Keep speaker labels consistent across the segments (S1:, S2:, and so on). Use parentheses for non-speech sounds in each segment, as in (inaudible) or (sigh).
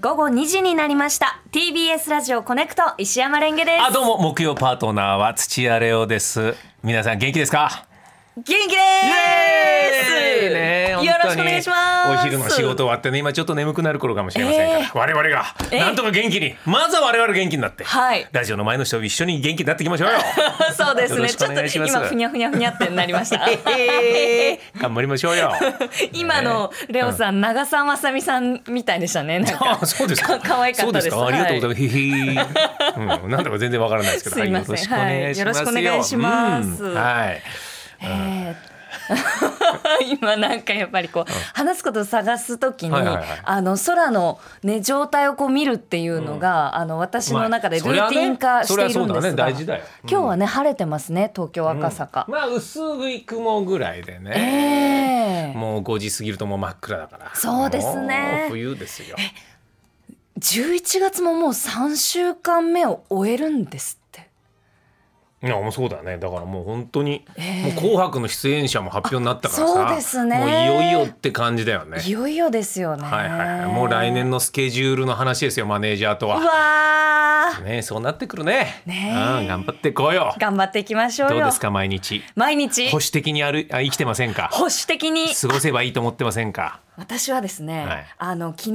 S1: 午後2時になりました TBS ラジオコネクト石山レンゲです
S2: あどうも木曜パートナーは土屋レオです皆さん元気ですか
S1: 元気で
S2: イエーイね
S1: す
S2: 本当に
S1: よろしくお願いします
S2: お昼の仕事終わってね今ちょっと眠くなる頃かもしれませんから、我々がなんとか元気にまずは我々元気になって、
S1: はい
S2: ラジオの前の人一緒に元気になっていきましょうよ
S1: そうです
S2: よろ
S1: ね
S2: し
S1: ち
S2: く
S1: ょ
S2: お
S1: っ
S2: 願いし
S1: と
S2: ます
S1: 今ふにゃふにゃふにゃってなりました
S2: (laughs) 頑張りましょ
S1: (laughs)
S2: うよ
S1: 今のレオさん、長澤まさみさんみたいでしたねなんか
S2: あそうですか
S1: か可愛かったです
S2: そうですかありがとうございます、
S1: (laughs)
S2: ひひうんなんだか全然わからないですけど
S1: すいません
S2: はいよろしくお願いしま
S1: はいよろしくお願いします
S2: すようんはい
S1: えー (laughs) 今なんかやっぱりこう話すことを探すときに
S2: はいはいはい
S1: あの空のね状態をこう見るっていうのがあの私の中でルーティン化しているん
S2: まあそりゃねそりゃそうだ
S1: です
S2: ね
S1: が
S2: 大
S1: 今
S2: 事だよ
S1: 日はね晴れてますね東京赤坂
S2: まあ薄い雲ぐらいでね、
S1: ええ
S2: もう5時過ぎるともう真っ暗だから
S1: そうですね
S2: もう冬ですよ
S1: 11月ももう3週間目を終えるんですって
S2: いやもうそうだねだからもう本当に、
S1: ええ
S2: もう「紅白」の出演者も発表になったからさ
S1: あそうですね
S2: もういよいよって感じだよね
S1: いよいよですよね
S2: はいはいはいもう来年のスケジュールの話ですよマネージャーと
S1: う
S2: は
S1: わー
S2: ねそうなってくるね
S1: ねえ
S2: うん、頑張っていこうよ
S1: 頑張っていきましょうよ
S2: どうですか毎日
S1: 毎日
S2: 保守的にあるあ生きてませんか
S1: 保守的に
S2: 過ごせばいいと思ってませんか
S1: 私はですね、
S2: はい
S1: あの昨日、
S2: ん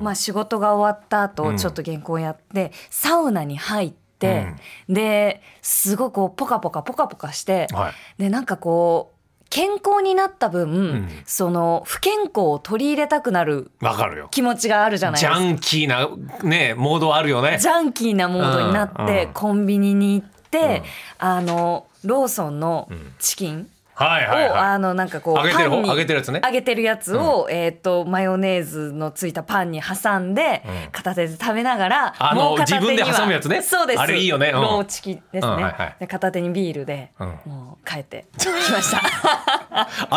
S1: まあ仕事が終わった後、
S2: うん
S1: ちょっと原稿やってサウナに入って、ですごくこうポカポカポカポカして、
S2: はい
S1: でなんかこう健康になった分、
S2: ん
S1: その不健康を取り入れたくなる
S2: わかるよ
S1: 気持ちがあるじゃないで
S2: ジ
S1: すか
S2: ャンキーなねモードあるよね
S1: ジャンキーなモードになって、
S2: うんうん
S1: コンビニに行って、あのローソンのチキン、
S2: はい
S1: を、
S2: はいは
S1: あのなんかこう
S2: 揚げてる方
S1: パンに
S2: 揚げてるやつね
S1: 揚げてるやつを、えっ、とマヨネーズのついたパンに挟んで、
S2: うん
S1: 片手で食べながら
S2: あの
S1: もう片手には
S2: 自分で挟むやつね
S1: そうです
S2: あれいいよねうん
S1: ローチキですね、
S2: うんはいはい
S1: で片手にビールで、
S2: うん
S1: もう帰ってきました
S2: (laughs) い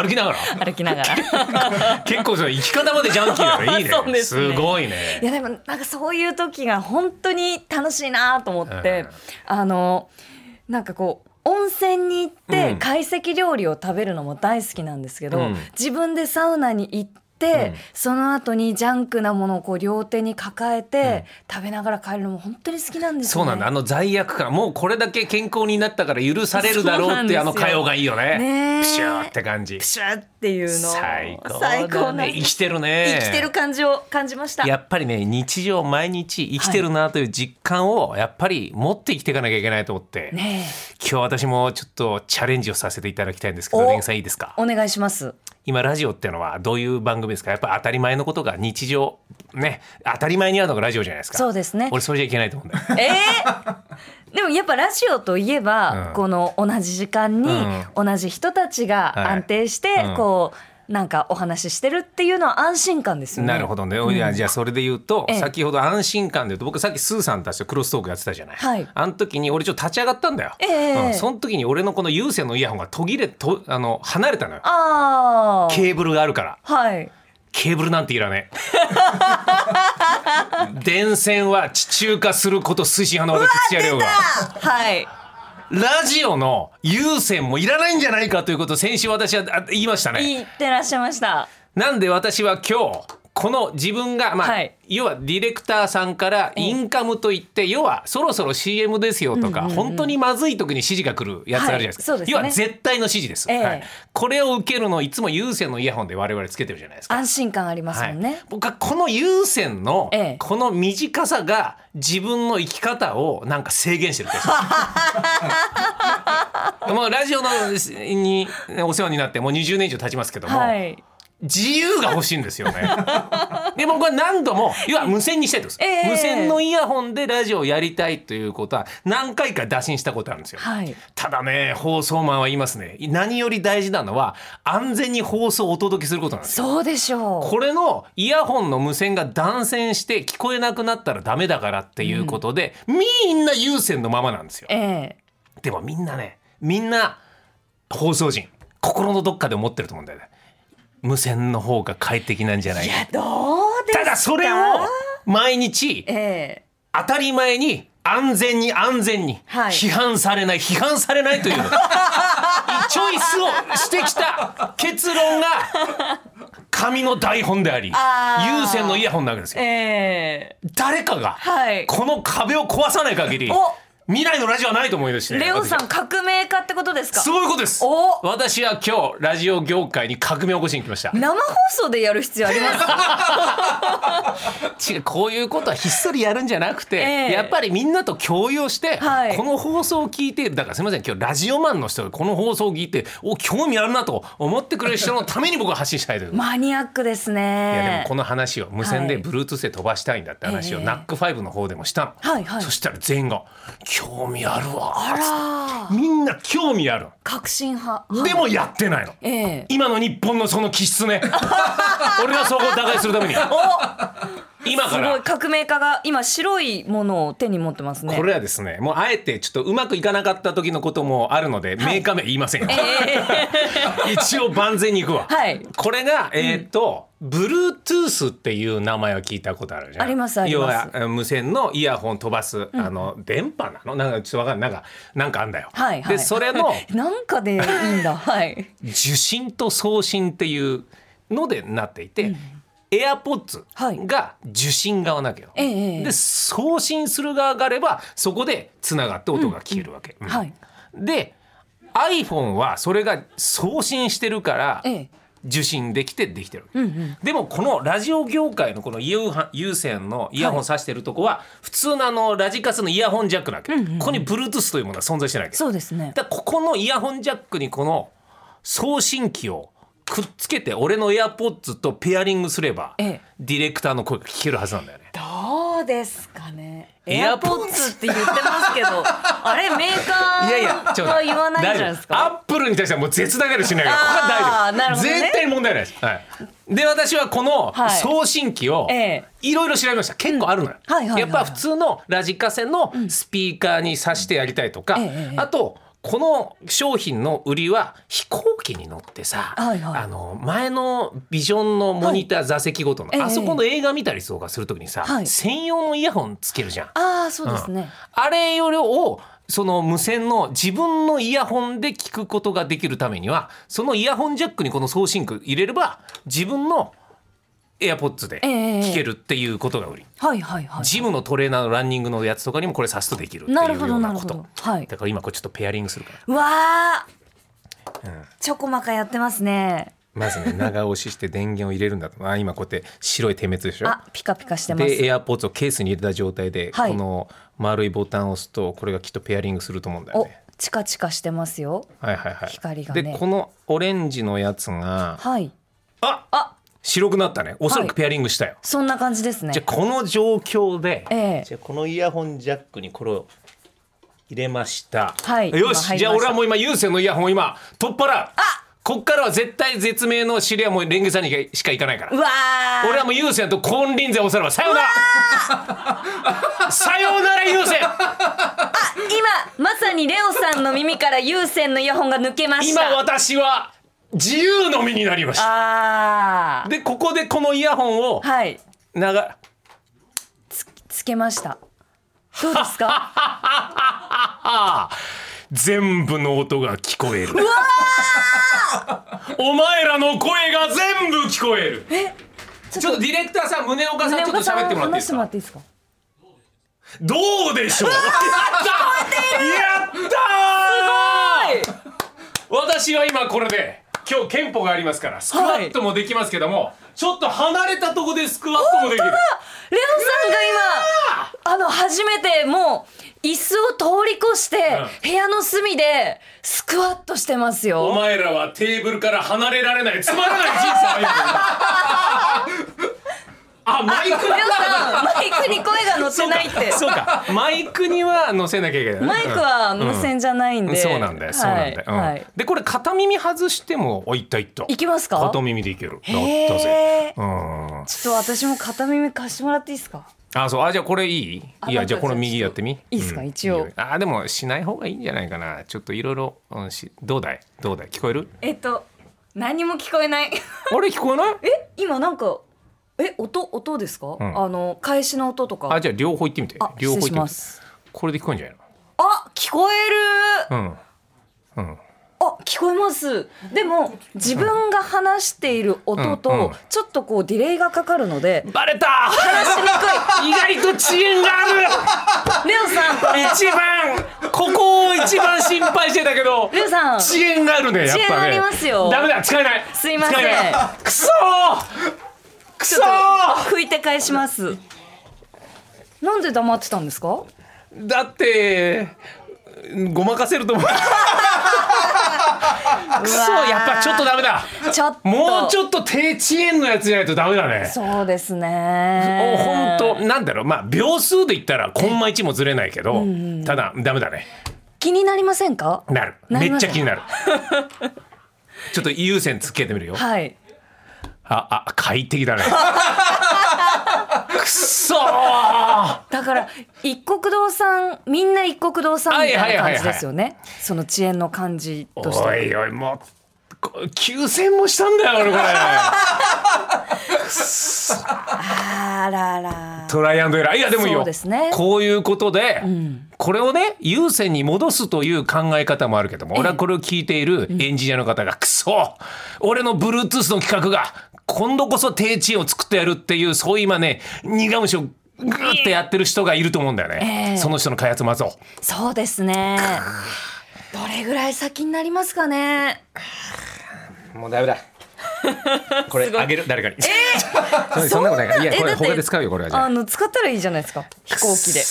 S2: 歩きながら
S1: 歩きながらい
S2: 結構その生き方までジャンキーだからいい
S1: (laughs)
S2: ね
S1: そうです
S2: す
S1: ね
S2: ごいね
S1: やでもなんかそういう時が本当に楽しいなと思って、
S2: う
S1: あのなんかこう温泉に行って
S2: うん
S1: 懐石料理を食べるのも大好きなんですけど、
S2: うん
S1: 自分でサウナに行って。
S2: うん
S1: その後にジャンクなものをこう両手に抱えて、食べながら帰るのも本当に好きなんです
S2: そ
S1: よ
S2: う
S1: ね。
S2: なんだあの罪悪感もうこれだけ健康になったから許されるだ
S1: そう
S2: ろ
S1: な
S2: うん
S1: です
S2: って
S1: よ
S2: あの歌謡がいいよ
S1: ねえ
S2: ねプシューって感じ
S1: プシュっていうの
S2: 最高
S1: 最
S2: だ
S1: 高な
S2: ね生きてるね
S1: 生きてる感じを感じました。
S2: やっぱりね日常毎日生きてるなという実感をやっぱり持って生きていかなきゃいけないと思って、
S1: ね
S2: 今日私もちょっとチャレンジをさせていただきたいんですけど
S1: お
S2: レンさんいいですか
S1: えお願いします。
S2: 今ラジオってのはどういう番組ですかやっぱ当たり前のことが日常ね当たり前にあるのがラジオじゃないですか
S1: そうですね
S2: (laughs) 俺それじゃいけないと思うんだよ
S1: えー、でもやっぱラジオといえば、
S2: うん
S1: この同じ時間に同じ人たち
S2: はい
S1: が安定して、
S2: うん
S1: こうなんかお話ししてるっていうのは安心感ですよね。
S2: なるほどね、いやじゃあそれで言うと、
S1: ええ
S2: 先ほど安心感で言うと僕さっきスーさんたちとクロストークやってたじゃない、
S1: はい
S2: あの時に俺ちょっと立ち上がったんだよ、
S1: ええ
S2: うん、その時に俺のこの有線のイヤホンが途切れとあの離れたのよ
S1: ああ。
S2: ケーブルがあるから
S1: はい。
S2: ケーブルなんていらね
S1: (laughs)
S2: え電線は地中化すること推進派の私土屋亮が
S1: はい。
S2: ラジオの有線もいらないんじゃないかということを先週私はあ言いましたね
S1: 言ってらっしゃいました。
S2: なんで私は今日この自分が、まあ
S1: はい
S2: 要はディレクターさんからインカムといって、要はそろそろ CM ですよとか、本当にまずい時に指示が来るやつあるじゃないですか、
S1: はいそうですね
S2: 要は絶対の指示です、
S1: ええ
S2: はいこれを受けるのをいつも有線のイヤホンで我々つけてるじゃないですか
S1: 安心感ありますもんね。
S2: はい、僕はこの有線の、
S1: ええ
S2: この短さが自分の生き方をなんか制限してる気がし
S1: (laughs)
S2: ます。もうラジオのにお世話になってもう20年以上経ちますけども、
S1: はい。
S2: 自由が欲しいんですよね。で僕は何度も要は無線にしたいってことです、
S1: ええ
S2: 無線のイヤホンでラジオをやりたいということは何回か打診したことあるんですよ。
S1: はい。
S2: ただね放送マンは言いますね何より大事なのは安全に放送をお届けすることなんですよ
S1: そうでしょ
S2: これのイヤホンの無線が断線して聞こえなくなったらダメだからっていうことで、みんな有線のままなんですよ
S1: う。ええ
S2: でもみんなねみんな放送陣心のどっかで思ってると思うんだよね無線の方が快適なんじゃない
S1: い
S2: か
S1: や、どうですか
S2: ただそれを毎日
S1: ええ
S2: 当たり前に安全に安全に、
S1: はい
S2: 批判されない批判されないという
S1: (laughs)
S2: チョイスをしてきた結論が紙の台本であり
S1: あー
S2: 有線のイヤホンなわけですよ
S1: ええ
S2: 誰かが
S1: はい
S2: この壁を壊さない限り
S1: お
S2: 未来のラジオはないと思いますね
S1: レオさ
S2: 私
S1: ん革命家ってことですか
S2: そういうことです
S1: お
S2: 私は今日ラジオ業界に革命を起こしに来ました
S1: 生放送でやる必要ありますか
S2: 違うこういうことはひっそりやるんじゃなくて、
S1: ええ
S2: やっぱりみんなと共有して、
S1: はい
S2: この放送を聞いているだからすみません今日ラジオマンの人がこの放送を聞いてお興味あるなと思ってくれる人のために僕は発信したいという。
S1: マニアックです
S2: いやでも
S1: ね
S2: この話を無線で
S1: はい
S2: Bluetooth で飛ばしたいんだって話を
S1: ええ
S2: NAC5 の方でもしたの、
S1: はいはい
S2: そしたら全員が「興味あるわ」
S1: あら
S2: みんな興味ある
S1: 革新派
S2: でもやってないの
S1: ええ
S2: 今の日本のその気質ね (laughs) 俺はそこを打開するために今
S1: す
S2: か
S1: ご
S2: ら
S1: い革命家が今白いものを手に持ってますね
S2: これはですねもうあえてちょっとうまくいかなかった時のこともあるので、メーカー名言いませんよ、一応万全にいくわ、
S1: はい
S2: これがえーっと、Bluetooth っていう名前は聞いたことあるじゃ
S1: あ
S2: ん
S1: りますあります
S2: 要はえー無線のイヤホン飛ばす、あの電波なのなんかちょっとわかんないなんかなんかあんだよ、
S1: はいはい
S2: でそれ
S1: (laughs)
S2: の
S1: なんかでいいん (laughs) だはい
S2: 受信と送信っていうのでなっていて、
S1: はい
S2: AirPods が受信側なわけよ、
S1: ええええ
S2: で送信する側があればそこでつながって音が聞けるわけ、うん
S1: はい
S2: で iPhone はそれが送信してるから
S1: ええ
S2: 受信できてできてるわけ、
S1: うんうん
S2: でもこのラジオ業界のこの有は有線のイヤホン挿してるとこは普通のあのラジカセのイヤホンジャックなわけ、
S1: うんうんうん
S2: ここに Bluetooth というものは存在してないわけ
S1: そうですね
S2: だからここのイヤホンジャックにこの送信機をくっつけて俺の AirPods とペアリングすれば、
S1: ええ
S2: ディレクターの声が聞けるはずなんだよね。
S1: どうですかねエアポ
S2: AirPods
S1: ッツって言ってますけ (laughs) どあれメーカー (laughs) は言わないんじゃないです
S2: 大丈夫
S1: か
S2: アップルに対してはもう絶大なるしないからこれは
S1: あーなる
S2: 大
S1: ほど
S2: 丈夫、
S1: ね
S2: 絶対問題ないです、はい、で私はこの
S1: はい
S2: 送信機を
S1: ええ
S2: いろいろ調べました結構あるのよ、
S1: うんはいはいはいはい
S2: やっぱ普通のラジカセのスピーカーに挿してやりたいとか、
S1: ええええ
S2: あとこの商品の売りは飛行機に乗ってさ、
S1: はいはい
S2: あの前のビジョンのモニター座席ごとの、
S1: ええ
S2: あそこの映画見たりとかするときにさ、
S1: はい
S2: 専用のイヤホンつけるじゃん。
S1: ああそうですね、
S2: あれよりをその無線の自分のイヤホンで聞くことができるためにはそのイヤホンジャックにこの送信機入れれば自分の AirPods で
S1: ええ
S2: 聞けるっていうことが売り、
S1: はいはいはい
S2: ジムのトレーナーのランニングのやつとかにもこれさすとできるっていう
S1: なるほ
S2: よ
S1: ど
S2: う
S1: な
S2: な
S1: る
S2: こ
S1: ほ
S2: と
S1: どはい
S2: だから今これちょっとペアリングするから
S1: うわー、
S2: うん
S1: ちょこまかやってますね
S2: まずね長押しして電源を入れるんだとあ今こうやって白い点滅でしょ
S1: あピカピカしてます
S2: で AirPods をケースに入れた状態で、
S1: はい
S2: この丸いボタンを押すとこれがきっとペアリングすると思うんだよ
S1: お
S2: ね。
S1: チカチカしてますよ
S2: はいはいはい、
S1: 光がね
S2: でこのオレンジのやつが
S1: はい
S2: あ
S1: あ
S2: 白くなったねおそらくペアリングしたよ、
S1: そんな感じですね
S2: じゃあこの状況で、
S1: ええ
S2: じゃあこのイヤホンジャックにこれを入れました、
S1: はい
S2: よ
S1: 今入りました
S2: しじゃあ俺はもう今有線のイヤホンを今取っ払うこっからは絶対絶命の知り合いもうレンゲさんにしか行かないか
S1: う
S2: ら
S1: わー
S2: 俺はもう優先と金輪際押さればさようなら (laughs) さようなら優先
S1: 今まさにレオさんの耳から有線のイヤホンが抜けまし
S2: 今
S1: た
S2: 私は自由の身になりまし
S1: あ
S2: た
S1: ー
S2: でここでこのイヤホンを
S1: はい
S2: 長
S1: つけましたどうです
S2: (laughs)
S1: か
S2: 全部の音が聞こえるお前らの声が全部聞こえる
S1: え
S2: ちょっとディレクターさん宗岡さんちょっと喋ってもらっていいで
S1: 話し
S2: す
S1: てもら
S2: か
S1: っていいですか
S2: どうでしょうやったやったー私は今これで今日憲法がありますからスクワットもできますけども、ちょっと離れたとこでスクワットもできる
S1: レオさんが今あの初めてもう椅子を通り越して部屋の隅でスクワットしてます
S2: お
S1: よ
S2: 前らはテーブルから離れられないつまらない人生を歩んで (laughs) るあマイ
S1: レ
S2: ク
S1: オさんマイクに声が乗ってないって
S2: そうかマイクには載せなきゃいけない
S1: マイクは無線じゃないんで、
S2: そうなんだよ、そうなんだよ、うん
S1: はいはい
S2: でこれ片耳外してもおいったいった
S1: いきますか
S2: 片耳でいけるだ
S1: へー
S2: だぜうん
S1: ちょっと私も片耳貸してもらっていいですか
S2: あそうあじゃあこれいい
S1: あな
S2: い
S1: ん
S2: や
S1: か
S2: じゃあこの右やってみ
S1: いいっすか
S2: うん
S1: 一応
S2: いいよあでもしない方がいいんじゃないかなちょっといろいろうんしどうだいどうだい聞こえる (laughs)
S1: えっと何も聞こえない
S2: あれ聞こえない
S1: え今なんかえ音音ですか、
S2: ん
S1: あの開始の音とか
S2: あじゃあ両方行ってみて
S1: あ
S2: 両
S1: 失礼し
S2: 方行っ
S1: て
S2: み
S1: ま
S2: て
S1: す
S2: これで聞こえんじゃない
S1: あ聞こえる
S2: のうんうん
S1: あ聞こえますでも自分が話している音
S2: うんうん
S1: とちょっとこうディレイがかかるので (laughs)
S2: バレた話しにくい意外と遅延があ
S1: レオさんこれ
S2: る一番ここを一番心配してたけど (laughs)
S1: レオさん
S2: 遅延があるねやっぱね
S1: 遅延ありますよ
S2: ダメだ使えない
S1: すいません
S2: 使えないくそーく
S1: ち
S2: そ
S1: ょっ
S2: ー
S1: と拭いて返しますなんで黙ってたんですか
S2: だってごまかせると思うくそ
S1: うわー
S2: やっぱちょっとダメだ
S1: ちょっと
S2: もうち
S1: っ
S2: ょっと低遅延のやつじゃないとダメだね
S1: そうです
S2: お
S1: ね
S2: 本当なんだろうまあ秒数で言ったらコンマ1もずれないけど、ただダメだね
S1: 気になりませんか
S2: なる
S1: な
S2: め
S1: り
S2: っ
S1: ま
S2: ち
S1: す
S2: ゃ気になる (laughs) ちょっと優先つけてみるよ
S1: はい
S2: ああ快
S1: (laughs)
S2: 適だねくそー
S1: だから一国堂さんみんな一国堂さんみたいな感じですよね、その遅延の感じとして
S2: おいおいもうこ9000もしたんだよ俺
S1: (laughs)
S2: これ
S1: あらら
S2: トライアンドエラーいやでもいいよ
S1: そうですね
S2: こういうことで、これをね優先に戻すという考え方もあるけども俺はこれを聞いているエンジニアの方が、くそ俺の Bluetooth の企画が今度こそ低遅延を作ってやるっていうそういう今ね苦虫をグーってやってる人がいると思うんだよね、
S1: ええ
S2: その人の開発待とう
S1: そうです
S2: (sighs)
S1: ねどれぐらい先になりますかね
S2: もうダ
S1: (laughs)
S2: メだ。これあげる誰かに。 (laughs) え
S1: そんなことないからいやこれえだって他で
S2: 使うよこれは
S1: あの使ったらいいじゃないですか飛行機で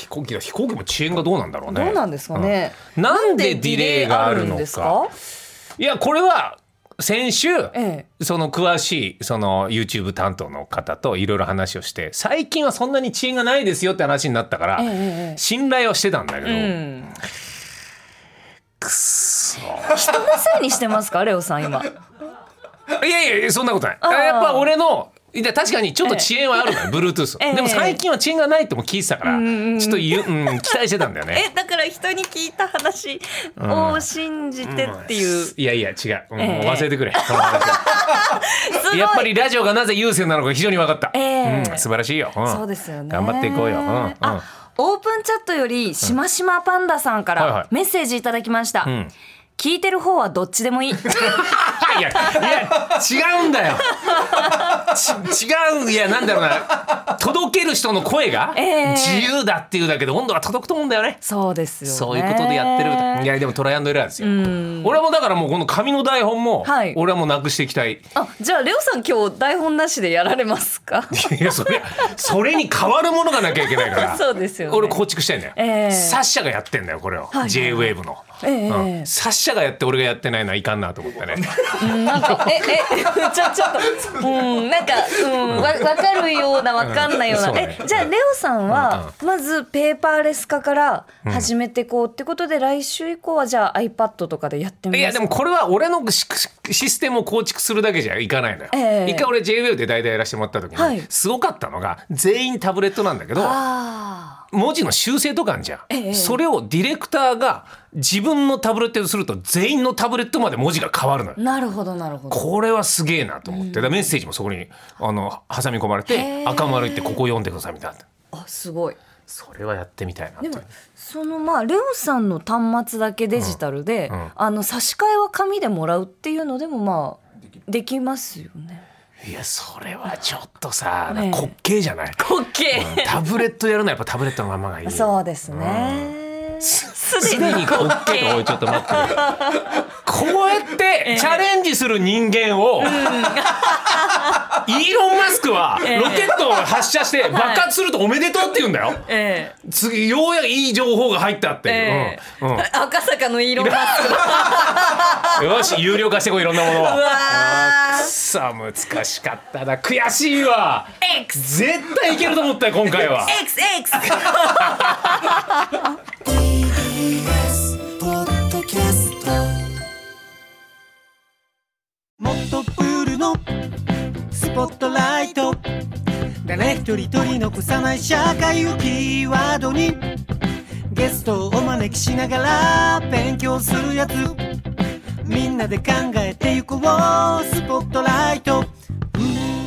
S2: 飛行機だ飛行機も遅延がどうなんだろうね。
S1: どうなんですかね、
S2: うんなんでディレイがあるの
S1: なんでディレイあん
S2: か。
S1: ですか
S2: いやこれは先週、
S1: え
S2: その詳しいその YouTube 担当の方といろいろ話をして最近はそんなに遅延がないですよって話になったから、
S1: ええええ
S2: 信頼はしてたんだけど、
S1: うん
S2: くっそ
S1: 人のせいにしてますかレオさん (laughs) 今
S2: いやいやそんなことない。
S1: あー
S2: やっぱ俺のいや確かにちょっと遅延はあるのよ、Bluetooth、
S1: ええ
S2: でも最近は遅延がないっても聞いてたから、
S1: うんうんうん
S2: ちょっとゆ、うん、期待してたんだよね。
S1: えだから人に聞いた話を信じてっていう、す
S2: いやいや違う、うん
S1: ええ
S2: もう忘れて
S1: (laughs)
S2: くれ、この話は
S1: ごい
S2: やっぱりラジオがなぜ優先なのか非常に分かった、
S1: ええ
S2: うん、素晴らしいよ、うん
S1: そうですよね
S2: 頑張っていこうよ、うんうん
S1: あオープンチャットよりしましまパンダさんか
S2: はいはい
S1: らメッセージいただきました、
S2: ん
S1: 聞いてる方はどっちでもいい
S2: いやいや違うん
S1: (laughs)
S2: だよち違ういやなんだろうな届ける人の声が
S1: ええ
S2: 自由だっていうだけで温度が届くと思うんだよね、
S1: そうですよね
S2: (laughs) そういうことでやってる。いやでもトライアンドエラーですよ。俺もだからもうこの紙の台本も、
S1: はい
S2: 俺はもうなくしていきたい。
S1: あじゃあレオさん今日台本なしでやられますか
S2: いやそれそれに変わるものがなきゃいけないか
S1: (laughs)
S2: ら。
S1: そうですよね
S2: 俺構築したいんだよ、
S1: ええ
S2: サッシャがやってんだよこれを、
S1: いはい
S2: JWAVE の、
S1: ええ
S2: うんサッシャがやって俺がやってないのはいかんなと思ってね
S1: うんなんかええ (laughs) ちょちょっとうんなんかうんわ分かるような分かんないような、
S2: うんそうね
S1: えじゃあレオさんはまずペーパーレス化から始めてこうってことで、来週以降はじゃあ iPad とかでやってみます
S2: いやでもこれは俺のシシステムを構築するだけじゃいかないのよ、
S1: ええ
S2: 一回俺 JWAVE で代々やらせてもらった時に、
S1: はい
S2: すごかったのが全員タブレットなんだけど
S1: あ
S2: 文字の修正とかあんじゃん、
S1: ええ
S2: それをディレクターが自分のタブレットにすると全員のタブレットまで文字が変わるのよ
S1: あなるほどなるほど
S2: これはすげえなと思って、だからメッセージもそこにあの挟み込まれ
S1: へ
S2: て
S1: え
S2: 赤丸いってここ読んでくださいみたいな
S1: あすごい
S2: それはやってみたいな
S1: で
S2: と
S1: もそのまあレオさんの端末だけデジタルで、
S2: うんうん
S1: あの差し替えは紙でもらうっていうのでもまあできますよね。
S2: いやそれはちょっとさ、
S1: ねえ
S2: 滑稽じゃ
S1: (laughs)
S2: ない
S1: オッケ
S2: タブレットやるのはやっぱタブレットのままがいい
S1: そうですね。す
S2: すでに滑稽おいちょっと待ってくれこうやってチャレンジする人間を、イーロン・マスクは
S1: ええ
S2: ロケットを発射して爆発するとおめでとうって言うんだよ、
S1: (laughs) ええ
S2: 次ようやくいい情報が入ったっていう、
S1: ええ
S2: うんうん
S1: 赤坂のイーロンマスクだ。
S2: よし有料化してこいいろんなものを
S1: うわ
S2: くっさ難しかったな悔しいわ
S1: ー X
S2: 絶対いけると思ったよ今回は
S1: X X。
S3: TBS ポッドキャストもっとプールのスポットライト誰一人取り残さない社会をキーワードにゲストをお招きしながら勉強するやつみんなで考えてゆこうスポットライト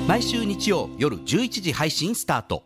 S4: 毎週日曜夜11時配信スタート